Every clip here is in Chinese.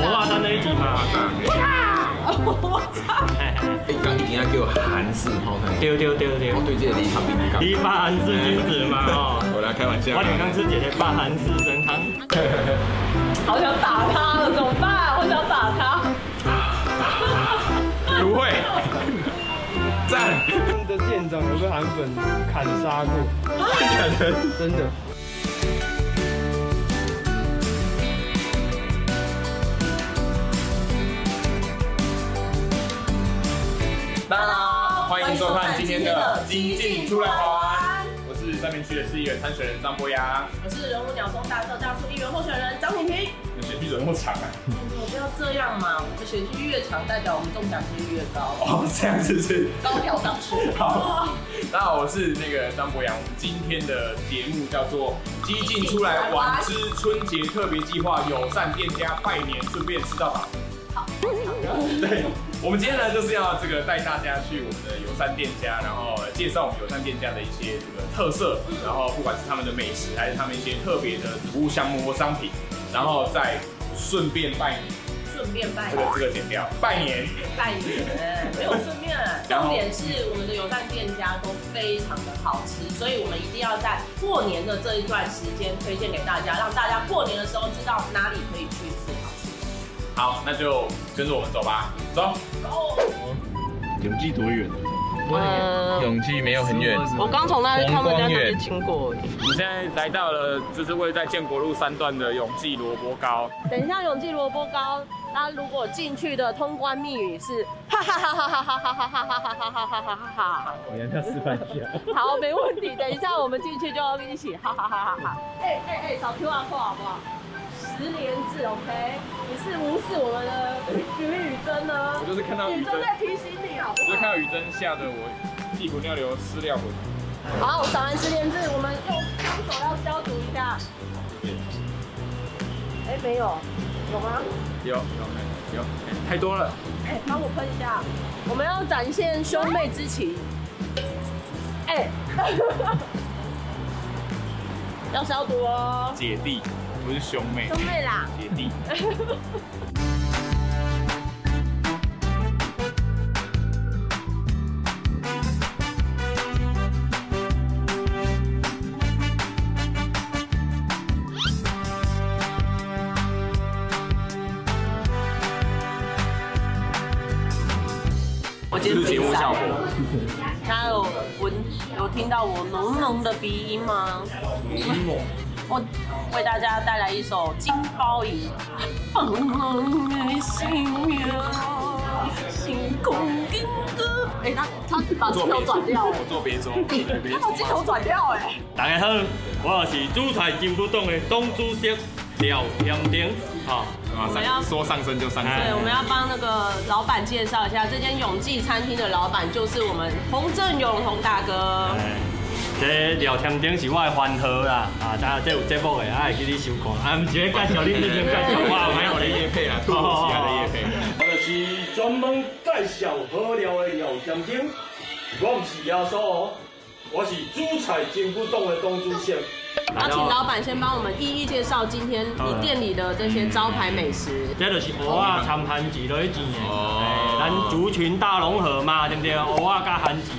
玩了一阵嘛。 我操！你刚一定要叫韩式泡菜，丢丢丢丢我，对这个立场比你高。你爸韩式君子嘛哦。我来开玩笑我。你刚吃姐姐爸韩式神汤，好想打他了，怎么办？我想打他。不会，赞。他们的店长有被韩粉砍杀过，真的。大家好，欢迎收看今天的《金金靖靖出出来来玩玩》，我是三明区的市议员参选人张博洋，我是人物鸟中大特大树议员候选人张品平。你选举怎么那么长啊？我不要这样嘛，我们选区越长，代表我们中奖几率越高， 哦，这样子是。高票当选。好，大家好，我是那个张博洋，我们今天的节目叫做《激进出来玩之春节特别计划》，友善店家拜年，顺便吃到饱。好，对，我们今天呢就是要这个带大家去我们的友善店家，然后介绍我们友善店家的一些这个特色，然后不管是他们的美食，还是他们一些特别的服务项目或商品，然后再顺便拜年，顺便拜这个年，这个剪掉，拜年。拜年没有顺便。然重后点是我们的友善店家都非常的好吃，所以我们一定要在过年的这一段时间推荐给大家，让大家过年的时候知道哪里可以去吃好吃的。好，那就跟着我们走吧，走。哦，永济多远？嗯，永济没有很远，我刚从那里他们红家那光边远经过而已。我们现在来到了，就是位在建国路三段的永记萝卜糕。等一下，永记萝卜糕，那如果进去的通关密语是哈哈哈哈哈哈哈哈哈哈哈哈哈哈哈哈。我要不要示范一下？好，没问题。等一下我们进去就一起哈哈哈哈哈。哎哎哎，扫 QR code 好不好？十连字 OK，你是无视我们的雨雨真呢？我就是看到雨雨真珍，在提醒你好不我就看好？到雨珍吓得我屁股尿流湿尿滚。好，扫完十连字，我们用双手要消毒一下。哎，没有，有吗？有有有，太多了。哎，帮我喷一下。我们要展现兄妹之情。哎， 要消毒哦，姐弟不是兄妹，兄妹啦。姐 弟。我这今是天节目效果，大家有闻有听到我浓浓的鼻音吗？我为大家带来一首金包银。星空定格。哎，他他把镜头转掉，我做别 桌，哎别他把镜头转掉，哎，大家好，我是主菜金不懂的董主席廖天丁，哦好、啊，上说上身就上对，身。我们要帮那个老板介绍一下，这间永记餐厅的老板就是我们洪振勇洪大哥。哎这聊天顶是我的番号啦，啊，大家这有节目的，啊，会记你收看，啊，唔是要介绍你，你先介绍我，没有的叶配啊，突如其来的叶配。我就是专门介绍好料的廖先生，我不是亚叔哦，我是主菜真不懂的董主席。哎要请老板先帮我们一一介绍今天你店里的这些招牌美食。这就是啊蚵仔掺番薯落去煎的，哦哎，咱族群大融合嘛，对不对？蚵仔加番薯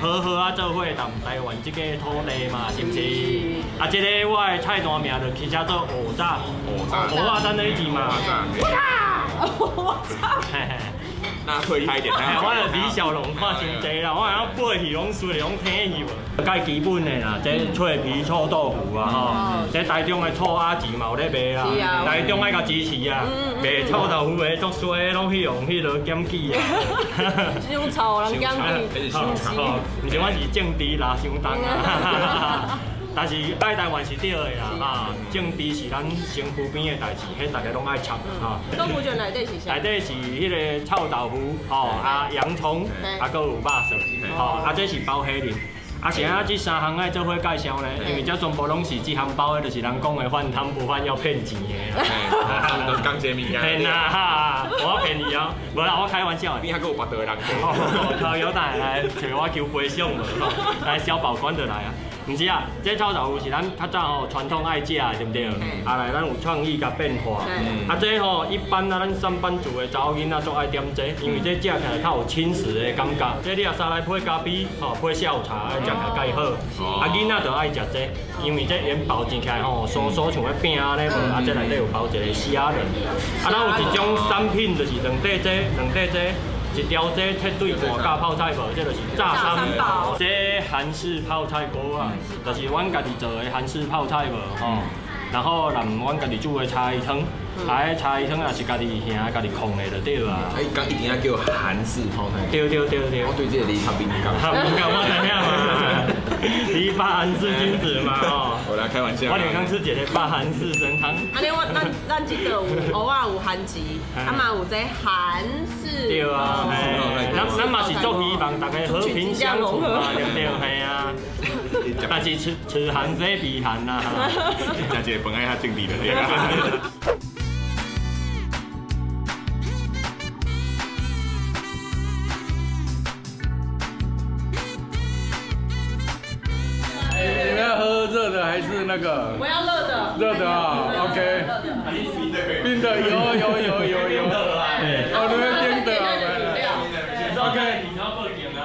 好好啊做伙，谈台湾这个土地嘛，是不是嗯？啊，这个我的菜单名就起写做蚵仔，我蚵仔咱落去煎嘛。我操！嘿嘿那退开一点，哎，那我的李小龙看真济啦，我好像背戏拢输的拢听戏无。介基本的啦，这脆皮臭豆腐啊吼，这台中的臭鸭子嘛有咧卖哦是啦，啊台中爱甲支持啊嗯嗯，卖臭豆腐的足衰，拢去用迄落检 举啊。用草人讲还 是好香肠。好，毋哦是我是政治啦，相当 啊。但是拜台湾是对的啦，啊，政治是咱身躯边的代志，迄大家拢爱插嗯啊。豆腐卷来对起下内，底是迄个臭豆腐，吼、啊洋葱对，啊搁有肉笋，吼、啊这是包虾仁。啊，是啊，这三项爱做伙介绍呢，因为这全部拢是这项包的，就是人讲的反贪不反要骗钱的哎，他们都是刚接敏感。骗啊哈，我骗你哦，无啦，我开玩笑的。 你还跟我拔得人哦，靠腰带来找我求赔偿无吼，来小保管就来啊。毋是啊，这臭豆腐是咱较早吼传统爱食的，对不对？啊来，咱有创意甲变化。啊，这吼一般啊，咱上班族的查某囡仔都爱点这，因为这食起来较有轻食的感觉。这你啊沙来配咖啡，吼配下午茶，食起来较会好。啊，囡仔就爱食这，因为这元宝煎起来吼，酥酥像个饼安尼无，啊这内底有包一个虾仁。啊，咱有一种产品就是两块这，两块这。一条这切对半加泡菜无，这就是炸三宝。这韩式泡菜锅啊，就是阮家己做的韩式泡菜无吼。然后咱阮家己煮的菜汤，啊，迄菜汤也是家己兄家己控的就对啊。哎，刚一定要叫韩式泡菜，对对对对我。对这个离他比你哈，高。不敢我知影嘛，你八韩式金子嘛吼。我来开玩笑。我连刚吃一个八韩式神汤。啊，另外咱咱这个有偶尔有韩籍，啊嘛有在韩式，对啊，嘿，咱咱嘛是做希望大家和平相处嘛，对不对？嘿啊，但是吃吃韩非比韩呐。佳姐本爱他敬礼的。你们要喝热的还是那个？我要热的，热的啊，OK。冰的有有有有有。哦，你们冰的啊，OK。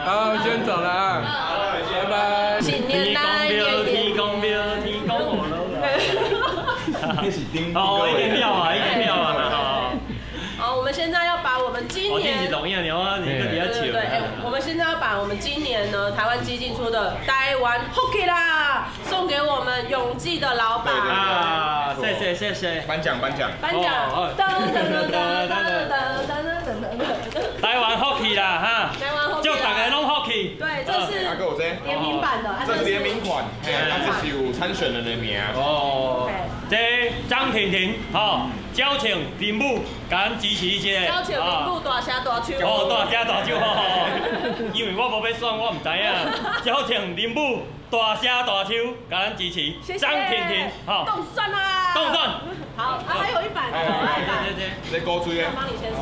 好，先走了啊，拜拜。新提年供来标，年提年。供标，提供我喽。那是丁哦，一点料啊，一点料啊，好。好，我们现在要把我们今我自年己。懂呀，你啊，你个比较巧对对对，。哎我们现在要把我们今年呢台湾基进出的台湾 Hockey 啦，送给我们永记的老板。啊，谢谢谢谢。颁奖颁奖，颁奖，哦哦噔噔噔噔噔噔噔噔噔噔。台湾 hockey 啦哈，台湾 Hockey 啦就大家拢 hockey。对，这是阿哥我这，联名版的，啊这是联名。款，嘿，啊这是有参选人的名。哦对，这张婷婷，吼，邀请屏幕，甲咱支持一下。邀请名部大侠大手。哦，大声大手吼，因为我无要选，我毋知啊影。邀请林母大声大手，甲咱支持。谢谢。张婷婷，吼，动算啦。动算。好，啊，还有一版，哎我爱版，对对这勾追呢我？帮你先收。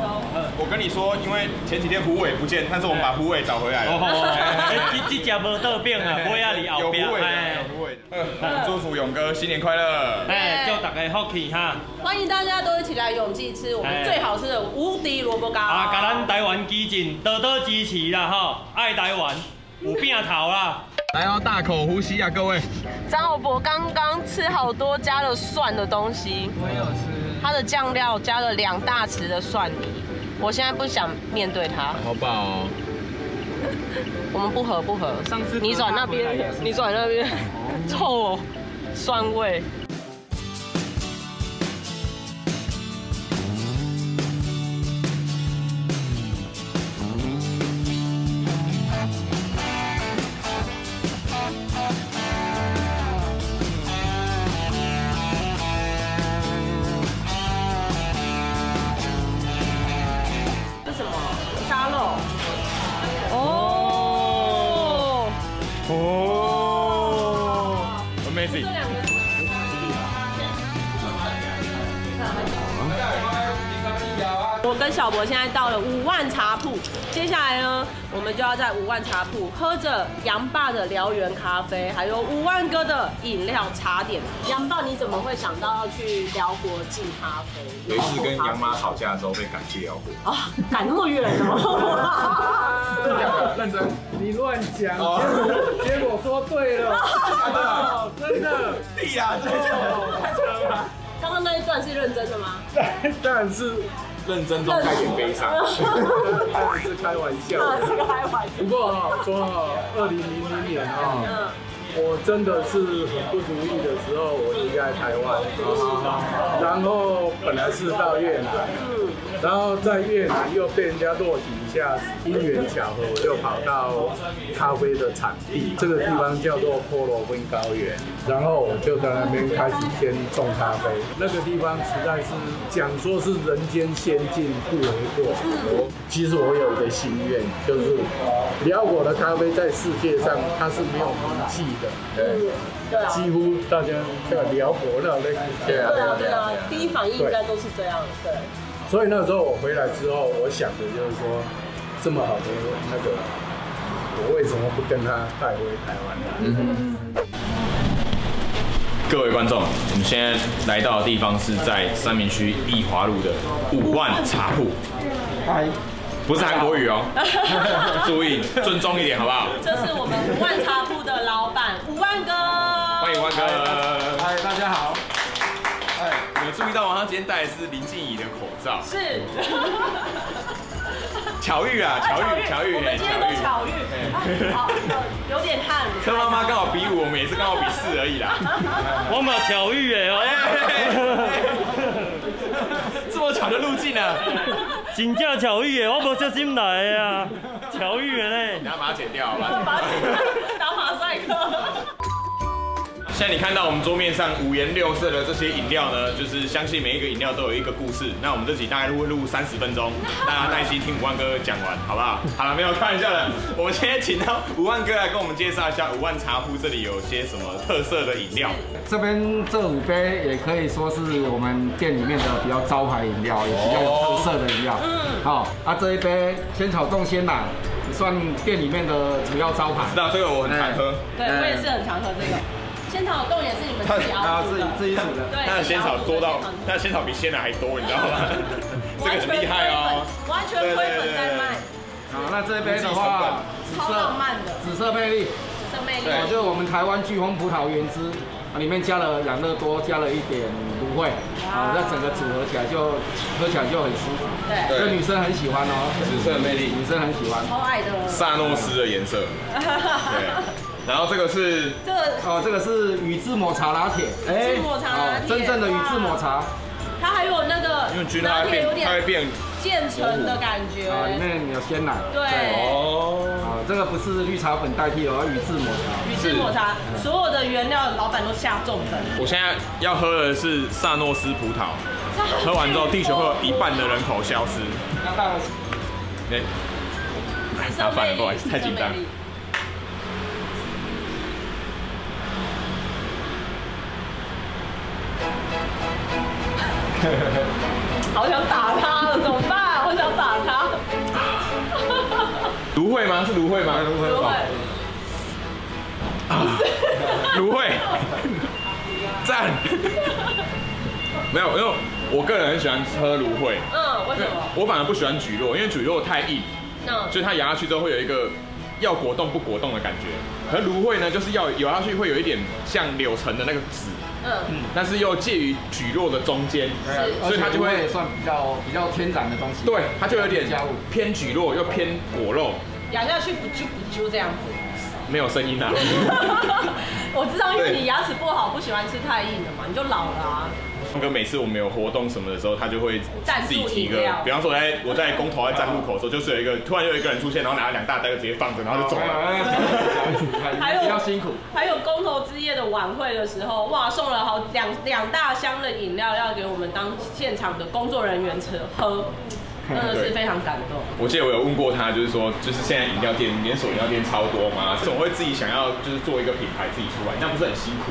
我跟你说，因为前几天虎尾不见，但是我们把虎尾找回来了。哦，这这只无倒饼啊，尾啊你后壁有虎尾哎的，有虎尾的。嗯祝福勇哥新年快乐！哎，叫大家福气哈！欢迎大家都一起来永记吃我们最好吃的无敌萝卜糕。啊，甲咱台湾基进多多支持啦吼，爱台湾，有饼头啦。来哦，大口呼吸啊，各位！张老伯刚刚吃好多加了蒜的东西，我有吃。他的酱料加了两大匙的蒜泥，我现在不想面对他，好饱哦。 我们不合不合。上次你转那边，你转那边， 臭哦蒜味。这什么沙漏？哦，哦，amazing！我跟小博现在到了五万茶铺，接下来呢，我们就要在五万茶铺喝着杨爸的辽源咖啡，还有五万哥的饮料茶点。杨爸，你怎么会想到要去辽国进咖啡？有一次跟杨妈吵架的时候被感谢哦。啊，赶那么远哦。真的？ 认真？你乱讲哦，结果说对了，真的。屁啦！真的？刚刚那一段是认真的吗？但但是认真中带点悲伤。但是 开玩笑啊，是开玩笑。不过哈、说哈、二零零零年哈、嗯，我真的是很不如意的时候，我离开台湾，然后本来是到越南，然后在越南又被人家落井下石，因缘巧合，我就跑到咖啡的产地，这个地方叫做波罗温高原，然后我就在那边开始先种咖啡，那个地方实在是讲说是人间仙境不为过。我其实我有一个心愿，就是辽国的咖啡在世界上它是没有名气的，对，几乎大家叫辽国的那个，对啊对啊对啊，第一反应应该都是这样，对。所以那时候我回来之后，我想的就是说，这么好的那个我为什么不跟他带回台湾来？各位观众，我们现在来到的地方是在三明区益华路的五万茶铺。不是韩国语哦，注意尊重一点好不好？这是我们五万茶铺的老板五万哥，欢迎万哥。嗨，大家好。哎，有注意到吗？他今天戴的是林静怡的口罩。 是。巧遇啊，巧遇，巧遇，哎我们今天都巧遇，哎好，有点汗。 柯妈妈刚好比五，我们也是刚好比四而已啦。我们巧遇诶 哦，这么巧的路径啊！真正巧遇诶，我无小心来的啊，巧遇的嘞。你要把它剪掉，好吧？把它打马赛克。现在你看到我们桌面上五颜六色的这些饮料呢，就是相信每一个饮料都有一个故事。那我们这集大概会录三十分钟，大家耐心听五万哥讲完，好 不好？好了，没有开玩笑的。我们今天请到五万哥来跟我们介绍一下五万茶铺这里有些什么特色的饮料。这边这五杯也可以说是我们店里面的比较招牌饮料，也比较有特色的饮料。哦嗯，好，啊这一杯仙草冻鲜奶，算店里面的主要招牌。哎那这个我很常喝，嗯对我也是很常喝这个。仙草冻也是你们自己熬啊，煮自的己，自己煮的。哎对，它的仙草多到自己熬煮，它的仙草比鲜奶还多，你知道 吗？的这个很厉害哦。完全亏本在卖，好，那这一杯的话，紫超色浪漫的，紫色魅力，这魅哦，力。就是我们台湾巨峰葡萄原汁，啊，里面加了养乐多，加了一点芦荟，啊，那整个组合起来就喝起来就很舒服，对，这女生很喜欢哦，紫色魅力，女生很喜欢。超爱的。 萨诺斯的颜色。对，然后这个是这个哦，这个是宇治抹茶拿铁，哎哦宇治抹茶拿铁真正的宇治抹茶它还有那个因为菌它拿会铁变有，它会点变渐层的感觉，啊，里面有鲜奶，对。哦。啊，这个不是绿茶粉代替哦，而宇治抹茶，宇治抹茶，所有的原料老板都下重本，我现在要喝的是萨诺斯葡萄，喝完之后地球会有一半的人口消失。那当然是哎、打反了，不好意思，太紧张。 好想打他了，怎么办？好想打 他。芦荟吗？是芦荟吗？芦芦荟，芦荟，赞。没有，因为我个人很喜欢喝芦荟，嗯，为什么？嗯我反而不喜欢蒟蒻，因为蒟蒻太硬，那就是它咬下去之后会有一个要果冻不果冻的感觉。而芦荟呢，就是要咬下去会有一点像柳橙的那个籽，嗯，但是又介于蒟蒻的中间，所以它就啊而且芦荟会也算比较比较天然的东西，对，它就有点加入。偏蒟蒻又偏果肉，咬下去不啾不啾这样子。没有声音啊。 我知道，因为你牙齿不好，不喜欢吃太硬的嘛，你就老了啊。峰哥每次我们有活动什么的时候，他就会赞助自己提一饮个料，比方说我在我在公投在站路口的时候，就是有一个突然有一个人出现，然后拿了两大袋就直接放着，然后就走哎哦了。还有比较辛苦，还有公投之夜的晚会的时候，哇，送了好两两大箱的饮料，要给我们当现场的工作人员吃 喝，真的是非常感动。我记得我有问过他，就是说，就是现在饮料店连锁饮料店超多嘛，总会自己想要就是做一个品牌自己出来，那不是很辛苦？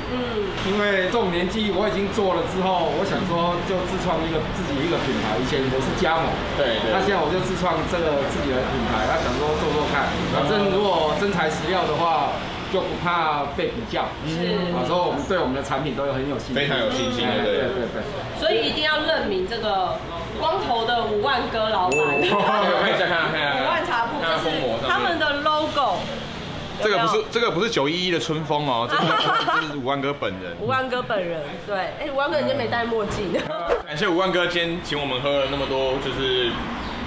因为这种年纪我已经做了之后，我想说就自创一个自己一个品牌。以前我是加盟，对对那现在我就自创这个自己的品牌，那想说做做看，反正如果真材实料的话，就不怕被比较。是，啊，所以我们对我们的产品都有很有信心，非常有信心哎的，对对。对对。 所以一定要认明这个光头的五万哥老板。哦 看一五下，看一下，看一下。万茶铺看这它封膜是上面他们的 logo，啊这个有不没是有这个不是九一一的春风哦，这是这是五万哥本人。五万哥本人。对，哎，五万哥今天没戴墨镜。感谢五万哥今天请我们喝了那么多，就是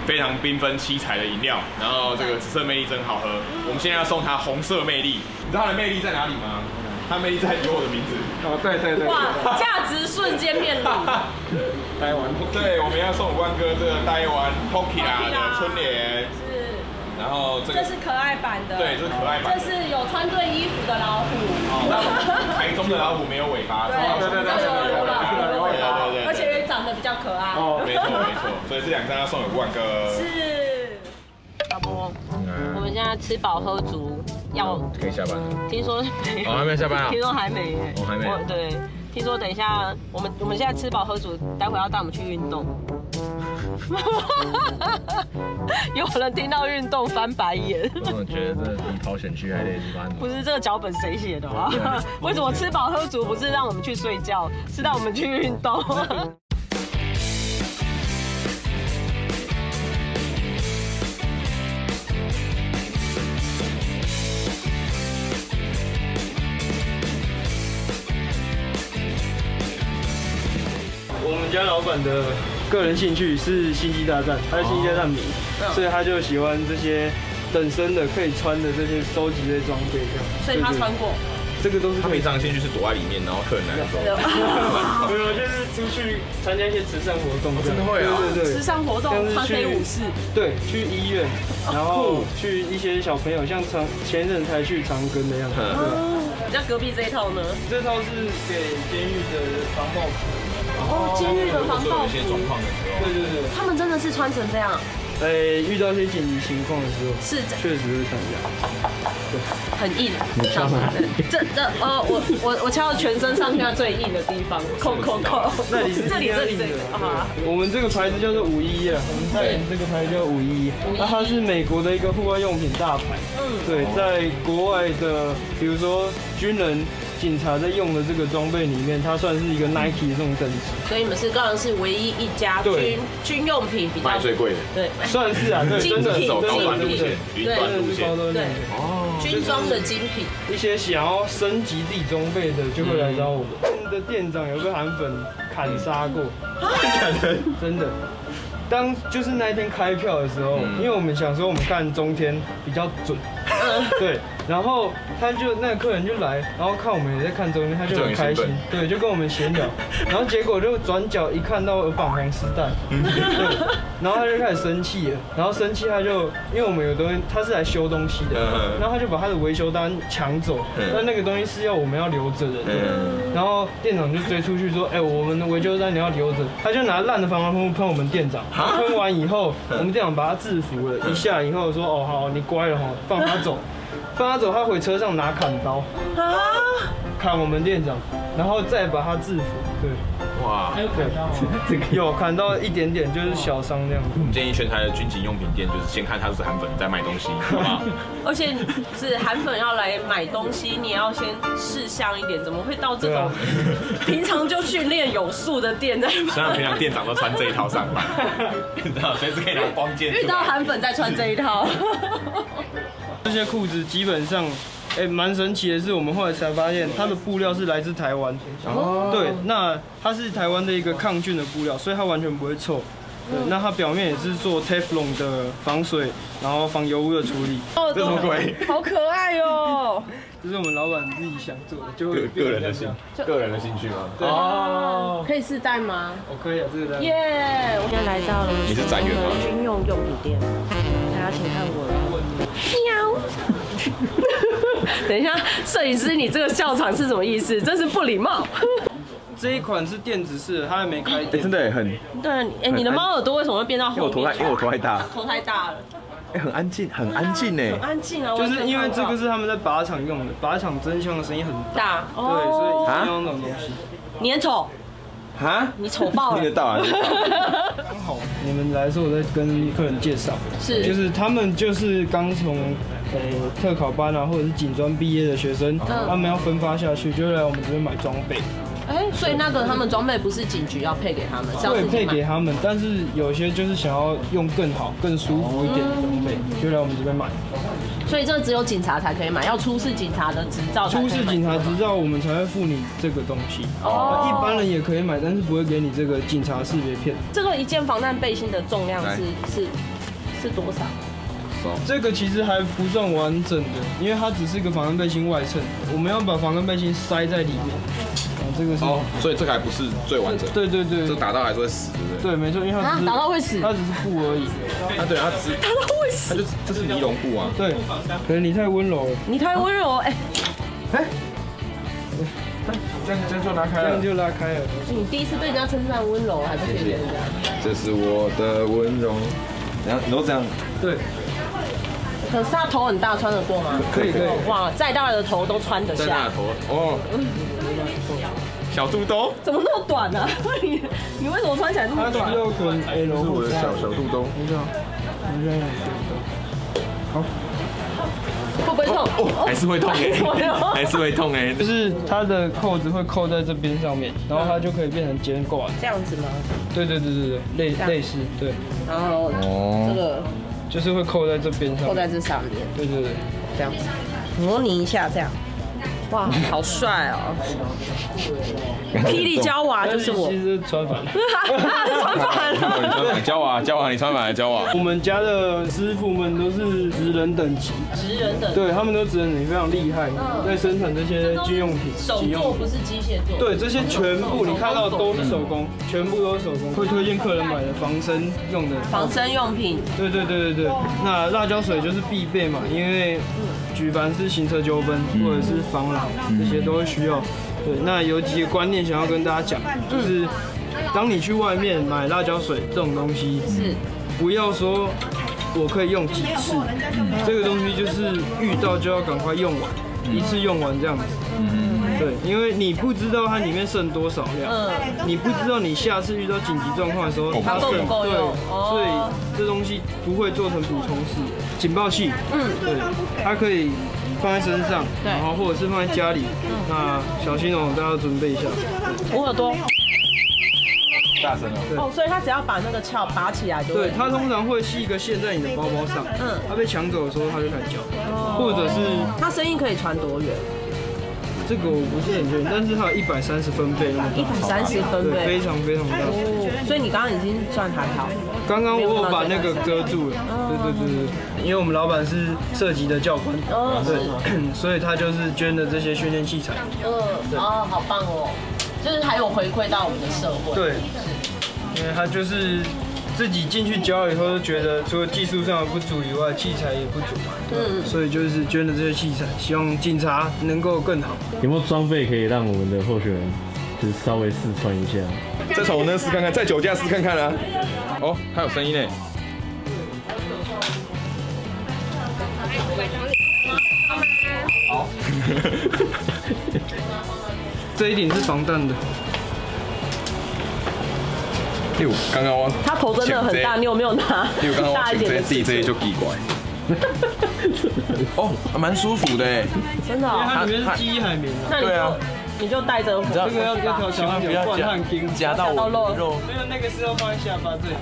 非常缤纷七彩的饮料，然后这个紫色魅力真好喝。我们现在要送他红色魅力，你知道他的魅力在哪里吗？他魅力在有我的名字。哦，对对对，哇，价值瞬间面临。台湾对，我们要送五万哥这个台湾 Tokyo 的春联，是，然后这这个是可爱版的。对，这是可爱这版的。是有穿对衣服的老哦，那虎。台中的老虎没有尾巴，对对对对对对对对，而且也长得比较可爱。没错没错，所以这两张要送给五万哥。是。嗯老婆，我们现在吃饱喝足，要嗯哦可以下班了，听说没有哦还没下班啊听说还没耶，哦还没我对，听说等一下我们我们现在吃饱喝足，待会要带我们去运动。 有人听到运动翻白眼，我觉得比跑选区还累，是吧？不是这个脚本谁写的啊？为什么吃饱喝足不是让我们去睡觉，是让我们去运 动？我们家老板的个人兴趣是星际大战，他是星际大战迷，所以他就喜欢这些等身的可以穿的这些收集的装备，这样。所以他穿过。这个都是他平常兴趣是躲在里面，然后很难走。没有，就是出去参加一些慈善活动，哦真的会啊对对对时，尚活像动是穿去黑武士，对，去医院，然后去一些小朋友，像长前阵才去长庚的样子。嗯对那隔壁这一套呢？这套是给监狱的防暴服。哦，监狱的防有暴一些服，状况的时候，对对对，他们真的是穿成这样，呃，遇到一些紧急情况的时候，是这确实会参加。很硬。这这呃，我我我敲到全身上下最硬的地方，扣扣扣。那里是这里比较这里硬这的里啊，我们这个牌子叫做五一啊，我们代言这个牌叫五一，那它是美国的一个户外用品大牌。嗯，对，在国外的，比如说军人、警察在用的这个装备里面，它算是一个 Nike 的这种等级，所以你们是高雄市唯一一家对军军用品比卖较最贵的，对算是啊，对，精真的品走高端真路的线是，云端路线高。端路对线。军装的精品。一些想要升级自己装备的，就会来找我们。我们的店长有被韩粉砍杀过，真的。当就是那一天开票的时候，嗯因为我们想说我们看中天比较准，嗯对，然后他就那个客人就来，然后看我们也在看中天，他就很开心，对，就跟我们闲聊，然后结果就转角一看到有绑黄丝带，对，然后他就开始生气了，然后生气他就因为我们有东西，他是来修东西的，嗯然后他就把他的维修单抢走，嗯但那个东西是要我们要留着的，嗯，然后店长就追出去说：“哎、我们的维修单你要留着。”他就拿烂的防狼喷雾喷我们店长，喷完以后，嗯我们店长把他制服了一下以后说：“哦，好，你乖了哈，放他走。”放他走，他回车上拿砍刀砍我们店长，然后再把他制服。 对，哇！对，有砍到一点点，就是小伤这样。建议全台的军情用品店，就是先看他是韩粉在卖东西，好吧？ 而且是韩粉要来买东西，你也要先试香一点，怎么会到这对种啊平常就训练有素的店在虽然买？平常店长都穿这一套上 班，你知道随时可以拿光剑出来。遇到韩粉在穿这一套，这些裤子基本上，哎、蛮神奇的是，我们后来才发现它的布料是来自台湾。哦。对，那它是台湾的一个抗菌的布料，所以它完全不会臭。对那它表面也是做 Teflon 的防水，然后防油污的处理，这什么鬼？ 好可爱哦、这是我们老板自己想做的，就会个人的兴个人的兴趣吗？可以试戴吗？我可以啊，这个大家耶、我现在来到了你是展员吗军用用品店，大家请看我喵。等一下，摄影师，你这个笑场是什么意思？真是不礼貌。这一款是电子式的，它还没开店。的很，因 对，哎、你的猫耳朵为什么会变到后面？头太大，头太大了，哎，很安静，很安静很安静啊。欸就是因为这个是是他们在靶场用的，靶场真枪的声音很大，大对，所以哦，一啊定要用那种东西。你很丑，啊，你丑爆了。到啊，刚好你们来的时候，我在跟客人介绍， 是就是他们就是刚从呃特考班啊，或者是警专毕业的学生，哦他们要分发下去，就来我们这边买装备，哎，所以那个他们装备不是警局要配给他们，是要会自己配给买。他们，但是有些就是想要用更好、更舒服一点的装备，嗯就来我们这边买。哦所以这只有警察才可以买，要出示警察的执照才可以出买。示警察执照，我们才会付你这个东西。哦，一般人也可以买，但是不会给你这个警察识别片。这个一件防弹背心的重量是是是多少？这个其实还不算完整的，因为它只是一个防弹背心外衬，我们要把防弹背心塞在里面。啊，这个是，哦，所以这个还不是最完整，对对对这，打到还是会死，对不对？对，没错，因为它只啊是打到会死，它只是布而已。啊，对，它只是打到会死。它就是这是尼龙布啊， 对，可能你太温柔了，你太温柔，哎、这样就拉开了。你第一次被人家称赞温柔，还不可以这样？这是我的温柔，然后你都这样，对，可是他头很大，穿得过吗？可以可以。哇，再大的头都穿得但它下 的。头哦，小肚兜，怎么那么短呢、 你你为什么穿起来这么短？要滚 L 是我的小小肚兜，会不会痛？还是会 痛哎、还是会痛哎、就是它的扣子会扣在这边上面，然后它就可以变成肩挂。这样子吗？对对对对对，类类似，对，然后这个就是会扣在这边上扣在面。这上面，对对对，这样子模拟一下这样。哇，好帅哦！霹雳娇娃啊就是我其，实 穿反了。穿反 了。欸教啊教啊，你穿反了教啊。我们家的师傅们都是职人等级，职人嗯的对他们都职人等级非常厉害，在生产这些军用品、手急做用不品。是机械做，对，这些全部你看到都是手工，嗯全部都是手工。会推荐客人买的防身用的防身用品。对对对对对，那辣椒水就是必备嘛，因为举凡是行车纠纷或者是防狼，这些都会需要。对，那有几个观念想要跟大家讲，就是当你去外面买辣椒水这种东西，是不要说我可以用几次，这个东西就是遇到就要赶快用完，一次用完这样子。对，因为你不知道它里面剩多少量，嗯你不知道你下次遇到紧急状况的时候它够剩不够对用，所以哦这东西不会做成补充式警报器，嗯对，它可以放在身上，然后或者是放在家里，嗯那小心哦，大家要准备一下。我耳朵大声哦。哦，所以他只要把那个鞘拔起来就对，会。它通常会系一个线在你的包包上，嗯它被抢走的时候它就开始叫，或者是它声音可以传多远？这个我不是很确定，但是它有一百三十分贝那么一大，百三十分对，非贝。常非常大。哦所以你刚刚已经算还好。刚刚我有把那个遮住了，哦对对对对，因为我们老板是射击的教官，哦对， 所以他就是捐的这些训练器材，嗯，哦，好棒哦，就是还有回馈到我们的社会。对，因为他就是自己进去教以后就觉得除了技术上的不足以外，器材也不足，对，所以就是捐了这些器材，希望警察能够更好。有没有装备可以让我们的候选人就是稍微试穿一下？再从我那试看看，再酒驾试看看啊！哦，还有声音欸呢。这一顶是防弹的，六，刚刚我他头真的很大，你有没有拿六，刚刚我大一请点这的些 DJ 就奇怪。哦，还蛮舒服的欸哎。真的哦？它里面是记忆海绵啊，那你对啊就你就带着道这个要回去要吧调小一点，灌汗 巾，夹到我的肉。没有那个是要放在下巴这里，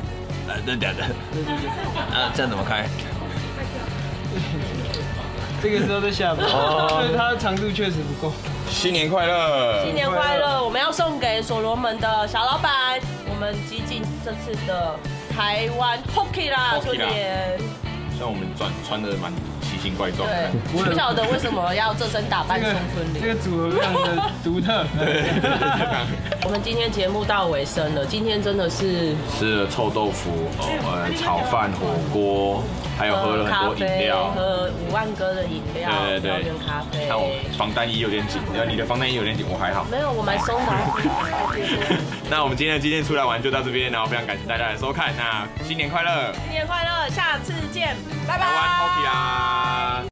呃，对对 对。啊，这样怎么开？这个是要在下巴，所以它的长度确实不够。新年快乐！ 新年快乐！我们要送给所罗门的小老板，我们激进这次的台湾 Hockey 啦， Hockey 啦秋田。像我们穿穿的蛮奇形怪状的对。，不晓得为什么要这身打扮这送个春这礼。个组合非常的独特。 我们今天节目到尾声了，今天真的是吃了臭豆腐，呃，炒饭、火锅，还有喝了很多饮料咖啡。喝五万哥的饮料，对对对高原咖啡。看我防弹衣有点紧，呃，你的防弹衣有点紧，我还好。没有，我蛮松的。 那我们今天的今天出来玩就到这边，然后非常感谢大家的收看，那新年快乐，新年快乐，下次见，拜台湾 h o p 拜 p。y 啦！